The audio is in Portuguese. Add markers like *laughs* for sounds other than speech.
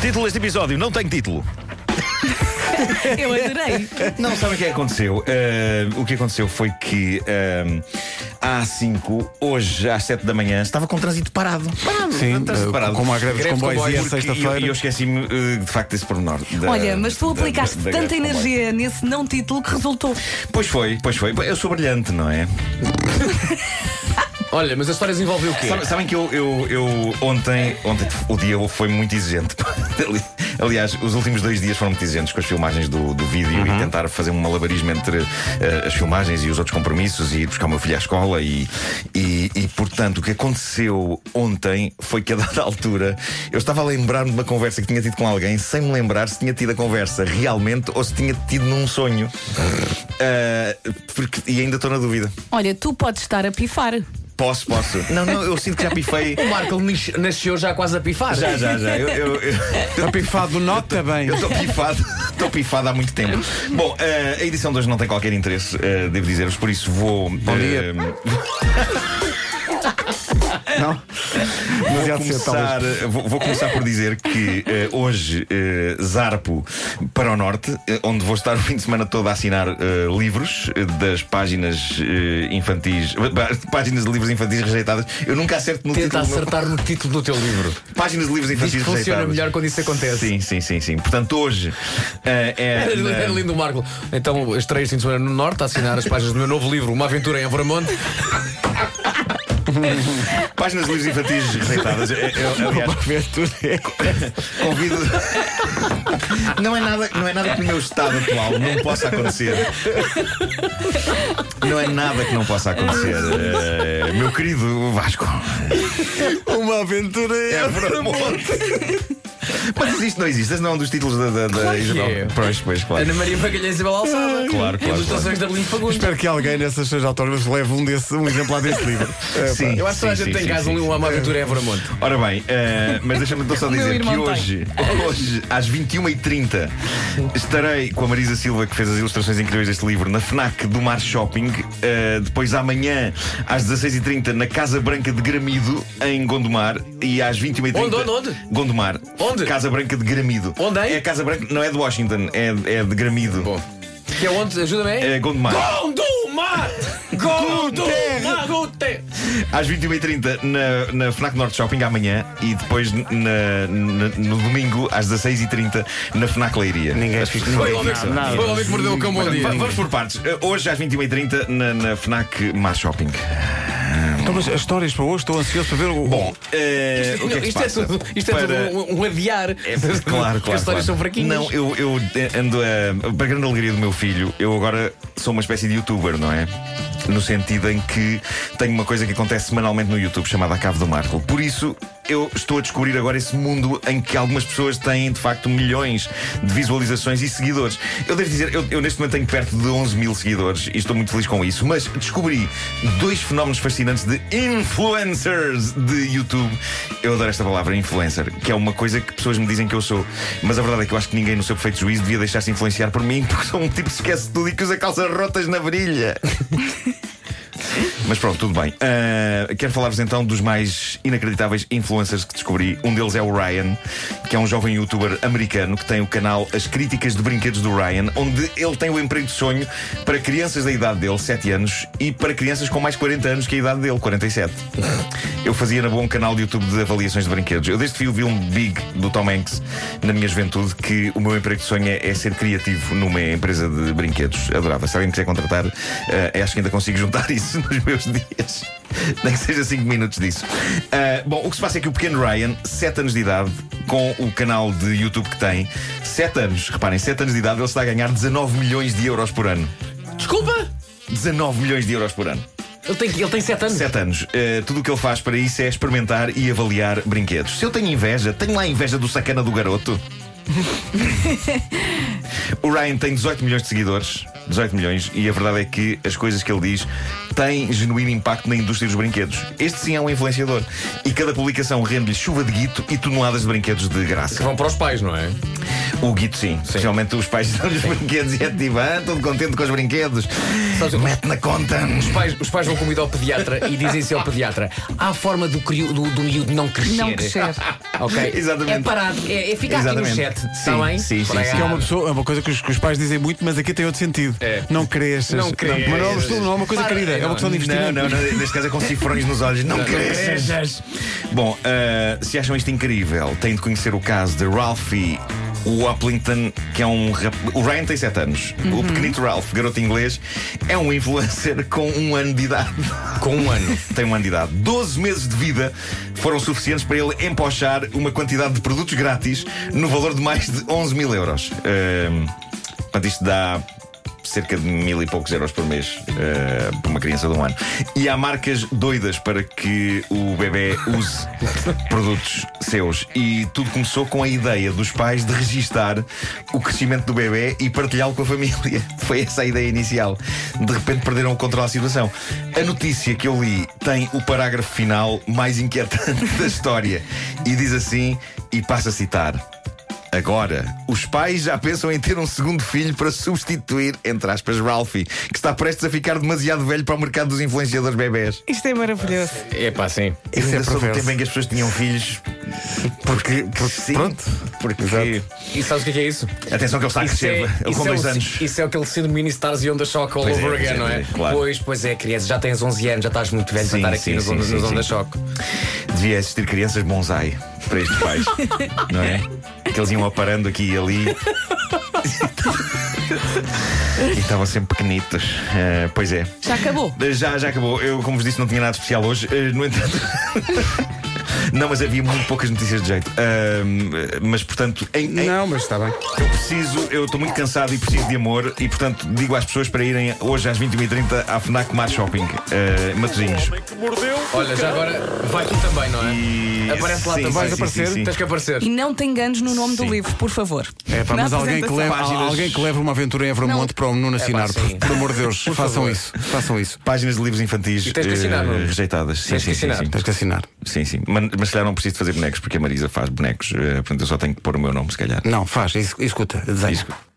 Título deste episódio: Não tem título. Eu *laughs* adorei. Não sabem o que é que aconteceu. Ah, o que aconteceu foi que ah, às 5, hoje às 7 da manhã, estava com trânsito parado. Parado, Sim, trânsito ah, como há greve de Greve comboios e é porque sexta-feira. E eu, eu esqueci-me ah, de facto desse pormenor. da- Olha, mas tu da- aplicaste da- da greve tanta de comboios. energia nesse não título que resultou. Pois foi, pois foi. Eu sou brilhante, não é? Olha, mas a história desenvolveu o quê? Sabe- Sabem que eu, eu, eu ontem, ontem o dia foi muito exigente. *laughs* Ali- Aliás, os últimos dois dias foram muito exigentes com as filmagens do, do vídeo e tentar fazer um malabarismo entre eh, as filmagens e os outros compromissos e ir buscar o meu filho à escola. E, e, e, portanto, o que aconteceu ontem foi que a dada altura eu estava a lembrar-me de uma conversa que tinha tido com alguém sem me lembrar se tinha tido a conversa realmente ou se tinha tido num sonho. Ah, porque, e ainda estou na dúvida. Olha, tu podes estar a pifar. Posso, posso. Não, não, eu sinto que já pifei. O Marco nis- nasceu já quase a pifar. Já, já, já. Eu, eu, eu... Apifado nota bem. Eu estou pifado, estou pifado há muito tempo. Bom, eh, a edição de hoje não tem qualquer interesse, eh, devo dizer-vos, por isso vou. eh, Bom dia. *laughs* Não? Vou Demasiado cedo, começar, talvez. eh, vou, vou começar por dizer que eh, hoje eh, zarpo para o norte, eh, onde vou estar o fim de semana todo a assinar eh, livros eh, das páginas eh, infantis, pá- páginas de livros infantis rejeitadas. Eu nunca acerto no Tenta título. do meu- acertar no título do teu *laughs* livro. Páginas de livros infantis Isto funciona rejeitadas. melhor quando isso acontece. Sim, sim, sim, sim. Portanto, hoje eh, é. Era, na- era lindo o Marco. Então, estreias fim de semana no Norte a assinar as páginas do meu novo livro, Uma Aventura em Avramonte. Páginas de livros infantis rejeitadas. Eu, eu, aliás, convido. Não é, nada, não é nada que o meu estado atual não possa acontecer. Não é nada que não possa acontecer. Eh, meu querido Vasco. Uma aventura. É por amor. Mas isto não existe. Esse não é um dos títulos da. da, da Claro que Isabel. é. Pois, pois, claro. Ana Maria Magalhães e Bela Alçada. Claro, claro, Ilustrações da Belinda Fagundes. Espero que alguém nessas seis autónomas leve um, desse, um exemplar desse livro. É, pá. Sim, Eu acho que toda sim, a gente sim, tem em sim, casa sim, um sim. É. livro, Uma Aventura em Avramonte. Ora bem, eh, mas deixa-me então *laughs* só dizer que irmão tem. hoje, hoje, às 21h30, estarei com a Marisa Silva, que fez as ilustrações incríveis deste livro, na FNAC do Mar Shopping. Eh, depois, amanhã, às 16h30, na Casa Branca de Gramido, em Gondomar. E às 21h30. Onde, onde, onde? Gondomar. Onde? Casa Branca de Gramido. Onde, hein? É a Casa Branca, não é de Washington, é, é de Gramido. Bom. Que é onde? Ajuda-me aí. É Gondomar. *laughs* Gondomar! Gondomar! Gute! Às 21h30 na, na FNAC Norte Shopping amanhã e depois na- na- no domingo às 16h30 na FNAC Leiria. Ninguém As fez pessoas nada. vão ver que são. Foi o homem que mordeu o cão bom dia. Va- Vamos por partes. Eh, Hoje às 21h30 na, na FNAC Mar Shopping. Então, mas as histórias para hoje, estou ansioso para ver o. Bom, eh, o que é que se Isto é passa? tudo, isto é Para- tudo um, um adiar. É, *laughs* claro, claro. Porque as histórias claro. são fraquinhas. Não, eu, eu eh, ando a. Para a grande alegria do meu filho, eu agora sou uma espécie de youtuber, não é? No sentido em que tenho uma coisa que acontece semanalmente no YouTube chamada A Cave do Marco. Por isso, eu estou a descobrir agora esse mundo em que algumas pessoas têm de facto milhões de visualizações e seguidores. Eu devo dizer, eu, eu neste momento tenho perto de 11 mil seguidores e estou muito feliz com isso, mas descobri dois fenómenos fascinantes de influencers de YouTube. Eu adoro esta palavra, influencer, que é uma coisa que pessoas me dizem que eu sou, mas a verdade é que eu acho que ninguém no seu perfeito juízo devia deixar-se influenciar por mim, *laughs* porque sou um tipo que esquece tudo e que usa calças rotas na brilha. Mas pronto, tudo bem. Ah, quero falar-vos então dos mais inacreditáveis influencers que descobri. Um deles é o Ryan, que é um jovem youtuber americano que tem o canal As Críticas de Brinquedos do Ryan, onde ele tem o emprego de sonho para crianças da idade dele, 7 anos, e para crianças com mais 40 anos que a idade dele, 47. Eu fazia na boa um canal de YouTube de avaliações de brinquedos. Eu desde que vi o filme Big do Tom Hanks na minha juventude que o meu emprego de sonho é, é ser criativo numa empresa de brinquedos. Adorava. Se alguém me quiser contratar, eh, acho que ainda consigo juntar *laughs* isso nos meus dias. Nem que seja 5 minutos disso. Ah, bom, o que se passa é que o pequeno Ryan, 7 anos de idade, com o canal de YouTube que tem, 7 anos, reparem, 7 anos de idade, ele está a ganhar 19 milhões de euros por ano. Desculpa! 19 milhões de euros por ano. Ele tem, ele tem 7 anos. 7 anos. Eh, tudo o que ele faz para isso é experimentar e avaliar brinquedos. Se eu tenho inveja, tenho lá a inveja do sacana do garoto. o Ryan tem 18 milhões de seguidores. 18 milhões, e a verdade é que as coisas que ele diz têm genuíno impacto na indústria dos brinquedos. Este sim é um influenciador. E cada publicação rende-lhe chuva de guito e toneladas de brinquedos de graça. Que vão para os pais, não é? O Guito, sim. Especialmente os pais *laughs* dão-lhe os brinquedos e é tipo, ah, todo contente com os brinquedos. Sabes, Mete na conta. Os pais, os pais vão comigo ao pediatra e dizem-se ao pediatra: há a forma do, criu- do, do miúdo não crescer. Não *laughs* crescer. Ok? *laughs* Exatamente. É parado, é, é ficar Exatamente. aqui no chat. Sim, Está bem? sim, sim, Para sim. Que é uma, cá. pessoa, é uma coisa que os, que os pais dizem muito, mas aqui tem outro sentido. É. Não cresças. Não cresças. Mas não, é uma questão- não é uma coisa Para, querida, é não. uma questão de investimento. Não, não, não, neste caso é com cifrões nos olhos. Não cresças. Bom, ah, se acham isto incrível, têm de conhecer o caso de Ralphie Waplington, que é um. rap- O Ryan tem 7 anos. Uhum. O pequenito Ralph, garoto inglês, é um influencer *laughs* com um ano de idade. Com um ano. Tem um ano de idade. 12 meses de vida foram suficientes para ele empochar uma quantidade de produtos grátis no valor de mais de 11 mil euros. Ehm, Ahm, Portanto, isto dá cerca de mil e poucos euros por mês ah, para uma criança de um ano. E há marcas doidas para que o bebê use produtos seus. E tudo começou com a ideia dos pais de registar o crescimento do bebê e partilhá-lo com a família. *laughs* Foi essa a ideia inicial. De repente perderam o controle da situação. A notícia que eu li tem o parágrafo final mais inquietante *laughs* da história. E diz assim, e passo a citar. Agora, os pais já pensam em ter um segundo filho para substituir, entre aspas, Ralphie, que está prestes a ficar demasiado velho para o mercado dos influenciadores bebés. Isto é maravilhoso. É pá, sim. Isso Eu é ainda sou do perverso. tempo em que as pessoas tinham filhos. Porque, porque Sim, pronto. Porque. Exato. E sabes o que é que é isso? Atenção que ele está a Isso é, crescer. ele isso, com é dois o- anos. isso é aquele síndrome mini stars e onda choque all Pois é, over pois again, é, não é? pois é, claro. Pois, pois é, criança, já tens 11 anos, já estás muito velho Sim, para estar aqui sim, nas sim, ondas, sim, nas sim. ondas choque. Devia existir crianças bonsai para estes *laughs* pais. não é? Que eles iam aparando aqui e ali. e estavam sempre pequenitos. Eh, pois é. Já acabou. Já, já acabou. Eu, como vos disse, não tinha nada especial hoje. Eh, no entanto. *laughs* Não, mas havia muito poucas notícias de jeito. Ahm, mas, portanto, em- em- Não, mas está bem. eu preciso, eu estou muito cansado e preciso de amor. E, portanto, digo às pessoas para irem hoje às 21h30 à Fnac Mar Shopping, eh, Matosinhos. Olha, já agora vai tu também, não é? E- Aparece lá sim, também. sim, Vais sim, aparecer? sim, sim. Tens que aparecer. E não te enganes no nome Sim. do livro, por favor. É, pá, Na mas alguém que, apresentação. leva, Páginas- alguém que leva uma aventura em Evermonte para o Nuno assinar. sim. por, por amor de Deus, façam isso. Façam isso. Páginas de livros infantis E tens que eh, assinar, Nuno. rejeitadas. Sim, Tens sim, que sim, assinar. sim. Tens que assinar. Sim, sim. Mas, mas se calhar não preciso de fazer bonecos, porque a Marisa faz bonecos. eh, portanto, eu só tenho que pôr o meu nome, se calhar. Não, faz, es- escuta, desenha. Isso.